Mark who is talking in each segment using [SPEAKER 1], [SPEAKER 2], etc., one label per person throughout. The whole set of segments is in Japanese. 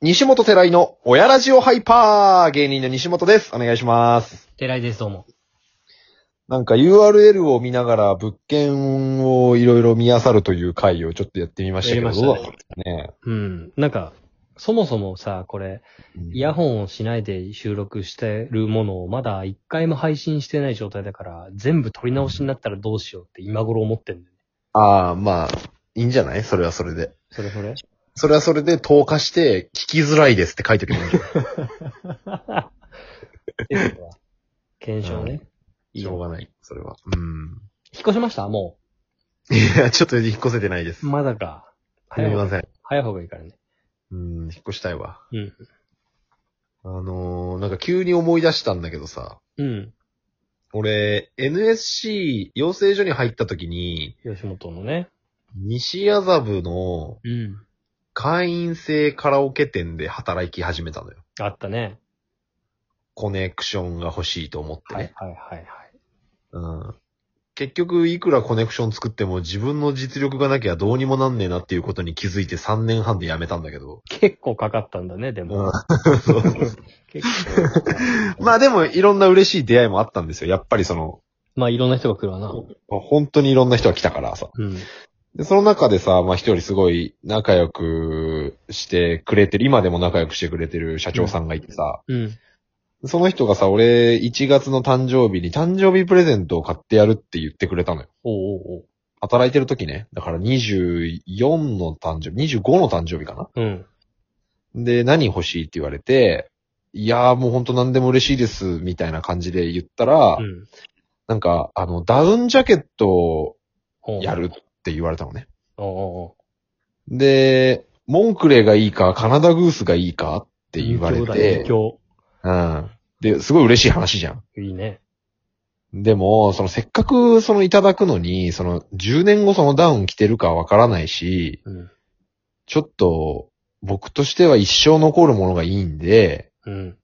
[SPEAKER 1] 西本寺井の親ラジオハイパー芸人の西本です。お願いします。
[SPEAKER 2] 寺井です、どうも。
[SPEAKER 1] なんか URL を見ながら物件をいろいろ見漁るという回をちょっとやってみましたけど、
[SPEAKER 2] やり
[SPEAKER 1] ど
[SPEAKER 2] ました
[SPEAKER 1] う
[SPEAKER 2] ね
[SPEAKER 1] だったんですかね。
[SPEAKER 2] うん。なんか、そもそもさ、これ、イヤホンをしないで収録してるものをまだ一回も配信してない状態だから、全部撮り直しになったらどうしようって今頃思ってんだよね。
[SPEAKER 1] ああ、まあ、いいんじゃないそれはそれで。
[SPEAKER 2] それそ れ
[SPEAKER 1] それはそれで投下して、聞きづらいですって書いとけばいいんじゃない
[SPEAKER 2] っていうことは検証ね。 いい
[SPEAKER 1] しょう
[SPEAKER 2] よ
[SPEAKER 1] がない、それは。うん。
[SPEAKER 2] 引っ越しましたも
[SPEAKER 1] いや、ちょっと引っ越せてないです。
[SPEAKER 2] う。まだか。
[SPEAKER 1] す
[SPEAKER 2] 早い
[SPEAKER 1] み
[SPEAKER 2] 方
[SPEAKER 1] ま
[SPEAKER 2] が
[SPEAKER 1] せん。
[SPEAKER 2] 早い方がいいからね。
[SPEAKER 1] うん、引っ越したいわ。
[SPEAKER 2] うん。
[SPEAKER 1] あのー、なんか急に思い出したんだけどさ、
[SPEAKER 2] うん。
[SPEAKER 1] 俺、NSC 養成所に入った時に、
[SPEAKER 2] 吉本のね。
[SPEAKER 1] 西麻布の
[SPEAKER 2] うん。
[SPEAKER 1] 会員制カラオケ店で働き始めたのよ。
[SPEAKER 2] あったね。
[SPEAKER 1] コネクションが欲しいと思って
[SPEAKER 2] はい
[SPEAKER 1] ね。
[SPEAKER 2] はいはいはい。
[SPEAKER 1] うん。結局、いくらコネクション作っても自分の実力がなきゃどうにもなんねえなっていうことに気づいて3年半で辞めたんだけど。
[SPEAKER 2] 結構かかったんだね、で
[SPEAKER 1] う
[SPEAKER 2] も
[SPEAKER 1] ん。。そう
[SPEAKER 2] 結構。
[SPEAKER 1] まあでも、いろんな嬉しい出会いもあったんですよ。やっぱりその、
[SPEAKER 2] まあいろんな人が来るわな。
[SPEAKER 1] 本当にいろんな人が来たからさ。
[SPEAKER 2] うん。
[SPEAKER 1] で、その中でさ、まあ一人すごい仲良くしてくれてる、今でも仲良くしてくれてる社長さんがいてさ、
[SPEAKER 2] うん。
[SPEAKER 1] その人がさ、俺1月の誕生日に誕生日プレゼントを買ってやるって言ってくれたのよ。
[SPEAKER 2] おうおうおう。
[SPEAKER 1] 働いてる時ね。だから24の誕生日、25の誕生日かな。
[SPEAKER 2] うん。
[SPEAKER 1] で、何欲しいって言われて、いやーもうほんと何でも嬉しいです、みたいな感じで言ったら、
[SPEAKER 2] うん
[SPEAKER 1] なんか、あの、ダウンジャケットを
[SPEAKER 2] おう。
[SPEAKER 1] やるって言われたのね。
[SPEAKER 2] おうお
[SPEAKER 1] で、モンクレーがいいか、カナダグースがいいかって言われて、
[SPEAKER 2] 今
[SPEAKER 1] うん。で、すごい嬉しい話じゃん。
[SPEAKER 2] 日。いいね。
[SPEAKER 1] でも、そのせっかくそのいただくのに、その10年後そのダウン着てるかわからないし、
[SPEAKER 2] うん。
[SPEAKER 1] ちょっと僕としては一生残るものがいいんで、
[SPEAKER 2] うん。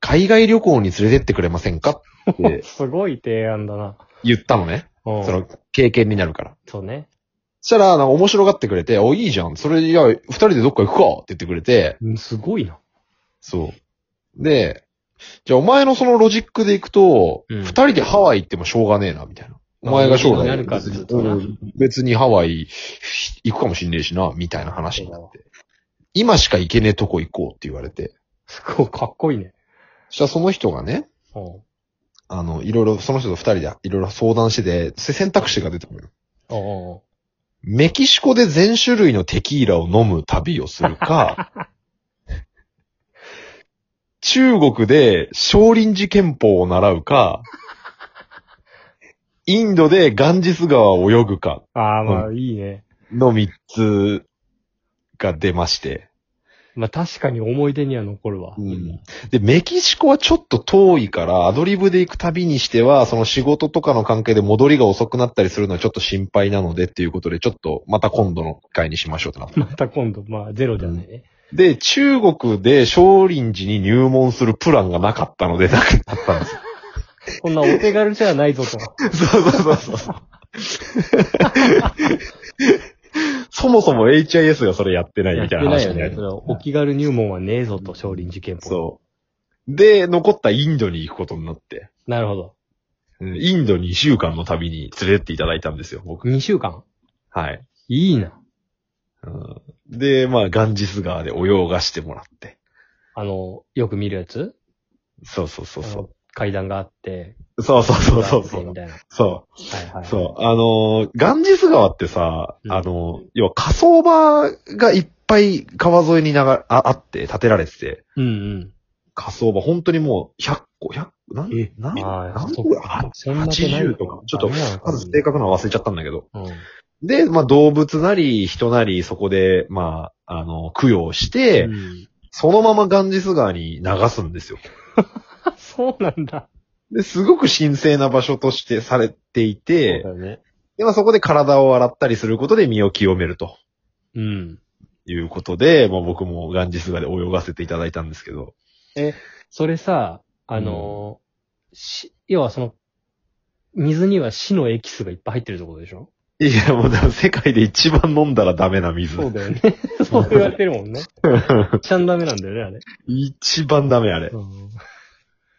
[SPEAKER 1] 海外旅行に連れてってくれませんかって
[SPEAKER 2] すごい提案だな。
[SPEAKER 1] 言ったのね。
[SPEAKER 2] うん
[SPEAKER 1] その経験になるから。
[SPEAKER 2] そうね。
[SPEAKER 1] そしたら、なんか面白がってくれて、お、いいじゃん。それ、いや、二人でどっか行くかって言ってくれて、
[SPEAKER 2] うん、すごいな。
[SPEAKER 1] そう。で、じゃあお前のそのロジックでいくと、
[SPEAKER 2] う
[SPEAKER 1] 二、
[SPEAKER 2] ん
[SPEAKER 1] 人でハワイ行ってもしょうがねえな、みたいな。お前が将
[SPEAKER 2] まあ
[SPEAKER 1] 来
[SPEAKER 2] なるか
[SPEAKER 1] 別に
[SPEAKER 2] ずっとな
[SPEAKER 1] うん別にハワイ行くかもしんねえしな、みたいな話になって。今しか行けねえとこ行こうって言われて。
[SPEAKER 2] すごい、かっこいいね。
[SPEAKER 1] そしたらその人がね、
[SPEAKER 2] おう
[SPEAKER 1] あの、いろいろ、その人と二人でいろいろ相談してて、せ選択肢が出てくるの。
[SPEAKER 2] おうおう
[SPEAKER 1] メキシコで全種類のテキーラを飲む旅をするか、中国で少林寺拳法を習うか、インドでガンジス川を泳ぐか
[SPEAKER 2] ああ、まあ、いいね。
[SPEAKER 1] の三つが出まして、
[SPEAKER 2] まあ、確かに思い出には残るわ。
[SPEAKER 1] うんで、メキシコはちょっと遠いから、アドリブで行く旅にしては、その仕事とかの関係で戻りが遅くなったりするのはちょっと心配なのでっていうことで、ちょっとまた今度の回にしましょうってなった
[SPEAKER 2] また今度、まあ、ゼロじゃないね。
[SPEAKER 1] で、中国で少林寺に入門するプランがなかったので、なくなったんですよ。
[SPEAKER 2] こんなお手軽じゃないぞと。
[SPEAKER 1] そうそうそうそう。そもそも HIS がそれやってない
[SPEAKER 2] や
[SPEAKER 1] み
[SPEAKER 2] って
[SPEAKER 1] たいな
[SPEAKER 2] ない
[SPEAKER 1] 話
[SPEAKER 2] よ
[SPEAKER 1] にな
[SPEAKER 2] ね。
[SPEAKER 1] る
[SPEAKER 2] それはお気軽入門はねえぞと、少林寺拳法。
[SPEAKER 1] そう。で、残ったインドに行くことになって、
[SPEAKER 2] なるほど。
[SPEAKER 1] うんインド2週間の旅に連れてっていただいたんですよ、僕。
[SPEAKER 2] 2週間
[SPEAKER 1] はい。
[SPEAKER 2] いいな。
[SPEAKER 1] うんで、まあ、ガンジス川で泳がしてもらって。
[SPEAKER 2] あの、よく見るやつ
[SPEAKER 1] そうそうそうそ
[SPEAKER 2] あの階段があって。
[SPEAKER 1] う。そうそうそうそうそ
[SPEAKER 2] み
[SPEAKER 1] う。
[SPEAKER 2] たいな。
[SPEAKER 1] そう。
[SPEAKER 2] はいはい。
[SPEAKER 1] そう、あのー、ガンジス川ってさ、
[SPEAKER 2] うん
[SPEAKER 1] あのー、要は火葬場がいっぱい川沿いに流ああって、建てられてて、
[SPEAKER 2] う。うん
[SPEAKER 1] 火葬場、本当にもう100個、100個、なん
[SPEAKER 2] うん。え、
[SPEAKER 1] 何
[SPEAKER 2] あー
[SPEAKER 1] 何
[SPEAKER 2] そ
[SPEAKER 1] 個ぐら
[SPEAKER 2] っ
[SPEAKER 1] い
[SPEAKER 2] か
[SPEAKER 1] は
[SPEAKER 2] そんな手ない
[SPEAKER 1] ?80 とか、ちょっと、まず正
[SPEAKER 2] か。
[SPEAKER 1] 確なの忘れちゃったんだけど。
[SPEAKER 2] うん。
[SPEAKER 1] で、まあ動物なり人なりそこで、まあ、あの、供養して、
[SPEAKER 2] うん
[SPEAKER 1] そのままガンジス川に流すんですよ。
[SPEAKER 2] あ、そうなんだ。
[SPEAKER 1] で、すごく神聖な場所としてされていて、
[SPEAKER 2] そうだね。
[SPEAKER 1] で、まあそこで体を洗ったりすることで身を清めると。
[SPEAKER 2] うん。
[SPEAKER 1] いうことで、まあ僕もガンジス川で泳がせていただいたんですけど。
[SPEAKER 2] それさ、あのー、し、要はその、水には死のエキスがいっぱい入ってるってことでしょ
[SPEAKER 1] いや、もうだから世界で一番飲んだらダメな水。
[SPEAKER 2] だよね。 そう言われてるもんね。ちゃんダメなんだよね、あれ。
[SPEAKER 1] 一番ダメ、あれ。
[SPEAKER 2] うん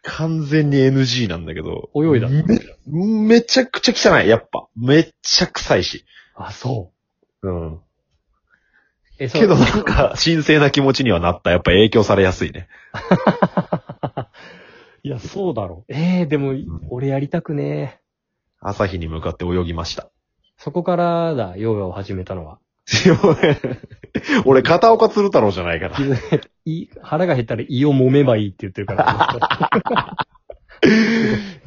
[SPEAKER 1] 完全に NG なんだけど。
[SPEAKER 2] 泳いだ
[SPEAKER 1] め。めちゃくちゃ汚い、やっぱ。めっちゃ臭いし。
[SPEAKER 2] あ、そう。
[SPEAKER 1] うん。
[SPEAKER 2] え、そう。
[SPEAKER 1] けどなんか、神聖な気持ちにはなった。やっぱ影響されやすいね。
[SPEAKER 2] いや、そうだろう。ええでも、俺やりたくねえ。
[SPEAKER 1] 朝日に向かって泳ぎました。
[SPEAKER 2] そこからだ、ヨガを始めたのは。
[SPEAKER 1] 俺、片岡鶴太郎じゃないから。
[SPEAKER 2] い腹が減ったら胃を揉めばいいって言って るから。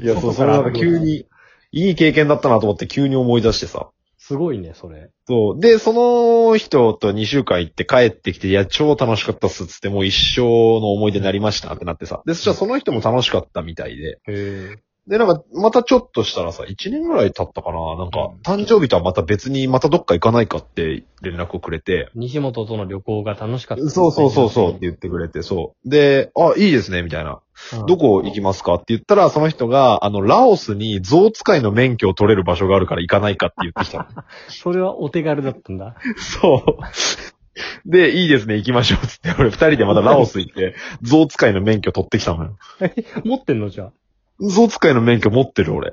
[SPEAKER 1] いや、そう、それなんか急に、いい経験だったなと思って急に思い出してさ。
[SPEAKER 2] すごいね、それ。
[SPEAKER 1] そう。で、その人と2週間行って帰ってきて、いや、超楽しかったっすっつって、もう一生の思い出になりましたってなってさ。で、そしたらその人も楽しかったみたいで。
[SPEAKER 2] へえ。
[SPEAKER 1] で、なんか、またちょっとしたらさ、1年ぐらい経ったかななんか、誕生日とはまた別に、またどっか行かないかって連絡をくれて。
[SPEAKER 2] 西本との旅行が楽しかった。
[SPEAKER 1] そうそうそうそうって言ってくれて、そう。で、あ、いいですね、みたいな。
[SPEAKER 2] うん
[SPEAKER 1] どこ行きますかって言ったら、その人が、あの、ラオスに象使いの免許を取れる場所があるから行かないかって言ってきたの。
[SPEAKER 2] それはお手軽だった んだ。
[SPEAKER 1] そう。で、いいですね、行きましょう。つって、俺二人でまたラオス行って、象使いの免許取ってきたのよ。
[SPEAKER 2] 持ってんのじゃあ。
[SPEAKER 1] 象使いの免許持ってる、俺。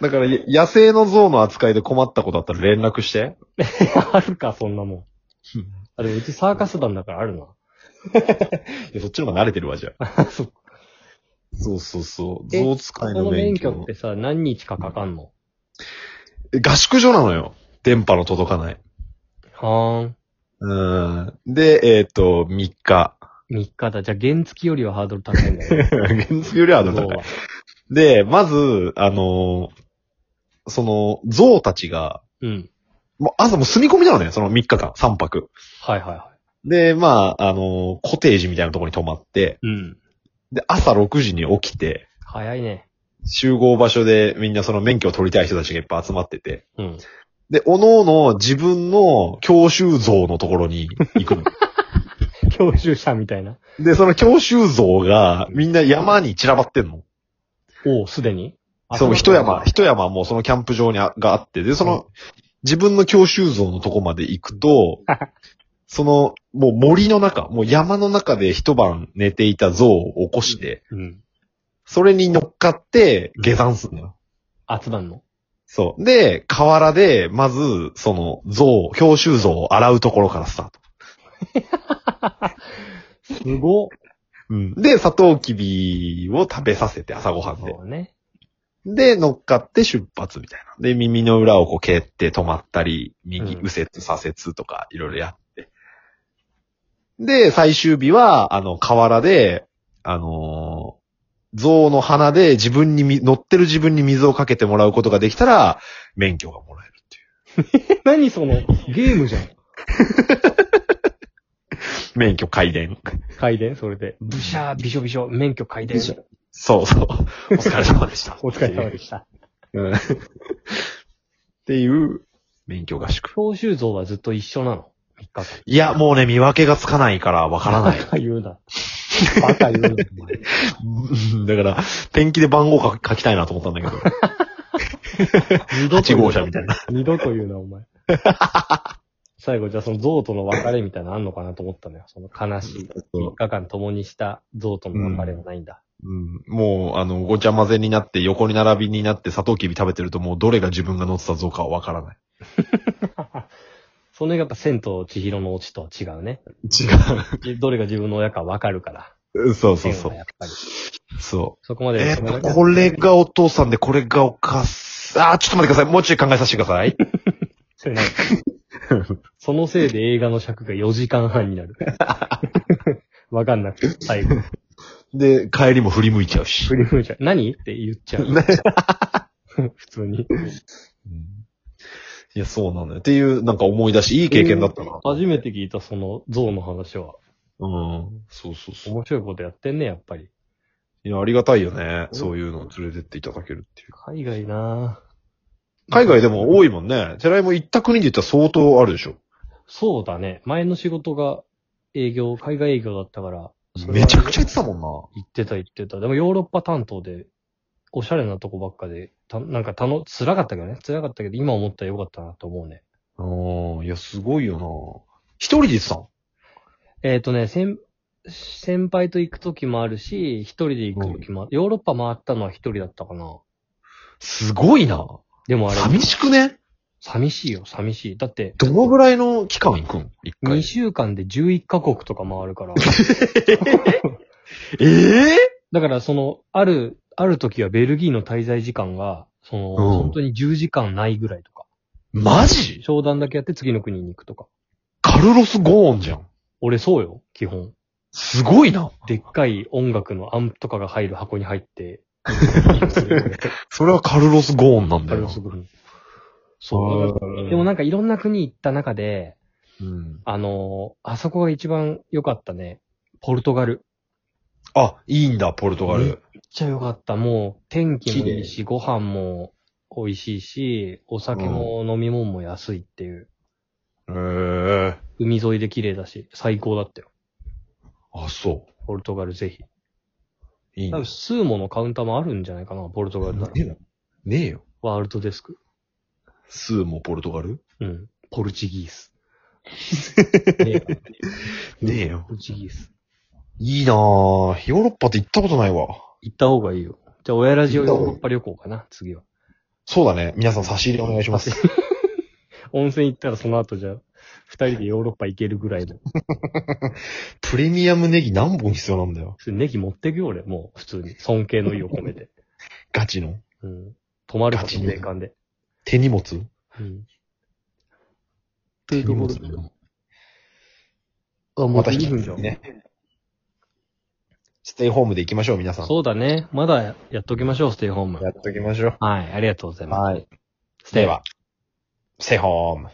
[SPEAKER 1] だから、や野生の象の扱いで困ったことあったら連絡して。
[SPEAKER 2] あるか、そんなもん。あ、でもうちサーカス団だからある
[SPEAKER 1] いやそっちの方が慣れてるわ、じゃあ。
[SPEAKER 2] な。 そっか
[SPEAKER 1] そうそうそう。
[SPEAKER 2] え
[SPEAKER 1] 象使い
[SPEAKER 2] こ
[SPEAKER 1] の
[SPEAKER 2] の
[SPEAKER 1] 免
[SPEAKER 2] 免
[SPEAKER 1] 許
[SPEAKER 2] 許ってさ、何日かかかんの
[SPEAKER 1] 合宿所なのよ。電波の届かない。
[SPEAKER 2] はーん。
[SPEAKER 1] うん。で、えっ、と、3日。
[SPEAKER 2] 3日だ。じゃあ原付よりはハードル高いんだよね。
[SPEAKER 1] 原付よりは高い
[SPEAKER 2] 要は
[SPEAKER 1] で、まず、あのーその、象たちが、
[SPEAKER 2] うん。
[SPEAKER 1] もう朝もう住み込みなのね、その3日間、3泊。
[SPEAKER 2] はいはいは
[SPEAKER 1] で、まあ、あのーコテージみたいなところに泊まって、
[SPEAKER 2] い。うん。
[SPEAKER 1] で、朝6時に起きて、
[SPEAKER 2] 早いね。
[SPEAKER 1] 集合場所でみんなその免許を取りたい人たちがいっぱい集まってて、
[SPEAKER 2] うん。
[SPEAKER 1] で、おのおの自分の教習像のところに行くの。
[SPEAKER 2] 教習者みたいな。
[SPEAKER 1] で、その教習像がみんな山に散らばってんの。
[SPEAKER 2] おう、すでに
[SPEAKER 1] その一山、
[SPEAKER 2] 一
[SPEAKER 1] 一山もうそのキャンプ場にあがあって、で、その、自分の教習像のとこまで行くと、その、もう森の中、もう山の中で一晩寝ていた像を起こして、
[SPEAKER 2] うん。
[SPEAKER 1] それに乗っかって下山すんのよ。
[SPEAKER 2] 集まんの
[SPEAKER 1] そう。で、河原で、まず、その、像、教習像を洗うところからスタート。
[SPEAKER 2] すごっ。
[SPEAKER 1] うん。で、サトウキビを食べさせて、朝ごはんで。
[SPEAKER 2] そうね。
[SPEAKER 1] で、乗っかって出発みたいな。で、耳の裏をこう蹴って止まったり、右
[SPEAKER 2] うん
[SPEAKER 1] 右折左折とかいろいろやって。で、最終日は、あの、河原で、あのー象の鼻で自分にみ、乗ってる自分に水をかけてもらうことができたら、免許がもらえるってい
[SPEAKER 2] え、何その、ゲームじゃん。
[SPEAKER 1] う。免許改伝。
[SPEAKER 2] 回転それで。ブシャー、びしょびしょ、免許回
[SPEAKER 1] びし
[SPEAKER 2] 転。
[SPEAKER 1] そう そう。お疲れ様でした。
[SPEAKER 2] お疲れ様でした。
[SPEAKER 1] うん。っていう、免許合宿。
[SPEAKER 2] 教習像はずっと一緒なの ?3 日間。
[SPEAKER 1] いや、もうね、見分けがつかないからわからない
[SPEAKER 2] バ。カ言うな。バカ言うな。お前
[SPEAKER 1] うんだから、ペンキで番号書き書きたいなと思ったんだけ ど。
[SPEAKER 2] 二度と
[SPEAKER 1] 8
[SPEAKER 2] 言う
[SPEAKER 1] 号車みたいな。
[SPEAKER 2] 二度と言うな、お前。最後、じゃあその象との別れみたいなのあんのかなと思ったのよ。その悲しい。3日間共にした象との別れはないんだ。
[SPEAKER 1] うん、もう、あの、ごちゃ混ぜになって、横に並びになって、砂糖キビ食べてると、もうどれが自分が乗ってた像かはわからない。
[SPEAKER 2] そのやっぱ千と千尋のオチとは違うね。
[SPEAKER 1] 違
[SPEAKER 2] でどれが自分の親かわかるから。
[SPEAKER 1] う。 そうそうそ
[SPEAKER 2] 千はやっぱり。
[SPEAKER 1] う。そ
[SPEAKER 2] そこま
[SPEAKER 1] う。
[SPEAKER 2] で
[SPEAKER 1] え
[SPEAKER 2] は
[SPEAKER 1] っ
[SPEAKER 2] 止めな
[SPEAKER 1] と、
[SPEAKER 2] かった
[SPEAKER 1] これがお父さんで、これがお母さん。あー、ちょっと待ってください。もうちょい考えさせてくだ さい。
[SPEAKER 2] それね そのせいで映画の尺が4時間半 になる。わかんなくて、最後。
[SPEAKER 1] で、帰りも振り向いちゃうし
[SPEAKER 2] 振。り向いちゃう。何って言っちゃう。 普通に。
[SPEAKER 1] うんいや、そうなのよ。っていう、なんか思い出し、いい経験だったな。
[SPEAKER 2] 初めて聞いたその象の話は。
[SPEAKER 1] うん。そうそうそう。
[SPEAKER 2] 面白いことやってんね、やっぱり。
[SPEAKER 1] いや、ありがたいよね。そういうのを連れてっていただけるっていう。
[SPEAKER 2] 海外なぁ
[SPEAKER 1] 海外でも多いもんね。寺井も行った国で言ったら相当あるでしょ。
[SPEAKER 2] そうだね。前の仕事が営業、海外営業だったから。
[SPEAKER 1] めちゃくちゃ
[SPEAKER 2] ゃ
[SPEAKER 1] 行ってたも
[SPEAKER 2] 行ってた行ってた。でもヨーロッパ担当で、おしゃれなとこばっかで、たなんかたの、辛かったけどね。辛かったけど、今思ったらよかったなと思うね。
[SPEAKER 1] んああ、いや、すごいよな。一人で行ってたの
[SPEAKER 2] えっ、とね、先、先輩と行く時もあるし、一人で行く時もあヨーロッパ回ったのは一人だったかな。
[SPEAKER 1] すごいな。
[SPEAKER 2] でもあれ、
[SPEAKER 1] 寂しくね
[SPEAKER 2] 寂しいよ、寂しい。だって、
[SPEAKER 1] どのぐらいの期間行くん一
[SPEAKER 2] 2
[SPEAKER 1] 回。
[SPEAKER 2] 週間で11カ国とか回るから。
[SPEAKER 1] ええ
[SPEAKER 2] だからその、ある、ある時はベルギーの滞在時間が、その、
[SPEAKER 1] うん
[SPEAKER 2] 本当に10時間ないぐらいとか。
[SPEAKER 1] マジ
[SPEAKER 2] 商談だけやって次の国に行くとか。
[SPEAKER 1] カルロス・ゴーンじゃん。
[SPEAKER 2] 俺そうよ、基本。
[SPEAKER 1] すごいな。
[SPEAKER 2] でっかい音楽のアンプとかが入る箱に 入って、
[SPEAKER 1] それはカルロス・ゴーンなんだ
[SPEAKER 2] カ
[SPEAKER 1] よ
[SPEAKER 2] ル
[SPEAKER 1] な。
[SPEAKER 2] ロスグリーンそう。でもなんかいろんな国行った中で、
[SPEAKER 1] うん。
[SPEAKER 2] あのーあそこが一番良かったね。ポルトガル。
[SPEAKER 1] あ、いいんだ、ポルトガ
[SPEAKER 2] うん
[SPEAKER 1] ル。
[SPEAKER 2] めっちゃ良かった。もう、天気もいいし、ご飯も美味しいし、お酒も飲み物も安いっていう。
[SPEAKER 1] へえ。
[SPEAKER 2] 海沿いで綺麗だし、最高だったよ。
[SPEAKER 1] あ、そ
[SPEAKER 2] ポルトガルぜひ。
[SPEAKER 1] う。いい
[SPEAKER 2] 多
[SPEAKER 1] な
[SPEAKER 2] 分、。スーモのカウンターもあるんじゃないかな、ポルトガルなら。
[SPEAKER 1] ねえなねえよ。
[SPEAKER 2] ワールドデスク。
[SPEAKER 1] スーもポルトガル
[SPEAKER 2] うん。ポルチギース。ねえ
[SPEAKER 1] ねえよ。
[SPEAKER 2] ポルチギース。
[SPEAKER 1] いいなぁ。ヨーロッパって行ったことないわ。
[SPEAKER 2] 行った方がいいよ。じゃあ、親ラジオヨーロッパ旅行かな、次は。
[SPEAKER 1] そうだね。皆さん差し入れお願いし ます。
[SPEAKER 2] 温泉行ったらその後じゃあ、二人でヨーロッパ行けるぐらいの。
[SPEAKER 1] プレミアムネギ何本必要なんだよ。
[SPEAKER 2] それネギ持ってくよ、俺。もう、普通に。尊敬の意を込めて。
[SPEAKER 1] ガチの。
[SPEAKER 2] うん。泊まる
[SPEAKER 1] ガ
[SPEAKER 2] から、
[SPEAKER 1] チネギ
[SPEAKER 2] 年間で。
[SPEAKER 1] 手荷物
[SPEAKER 2] うん。
[SPEAKER 1] 手
[SPEAKER 2] いうところであ、も
[SPEAKER 1] ま
[SPEAKER 2] う
[SPEAKER 1] た
[SPEAKER 2] 2
[SPEAKER 1] 引き
[SPEAKER 2] 分じゃ
[SPEAKER 1] 続き
[SPEAKER 2] ん。
[SPEAKER 1] ね。ステイホームで行きましょう、皆さん。
[SPEAKER 2] そうだね。まだやっときましょう、ステイホーム。
[SPEAKER 1] やっときましょ。
[SPEAKER 2] はい、ありがとうございうます。
[SPEAKER 1] い。
[SPEAKER 2] ステイ
[SPEAKER 1] で
[SPEAKER 2] は
[SPEAKER 1] は、ステイホーム。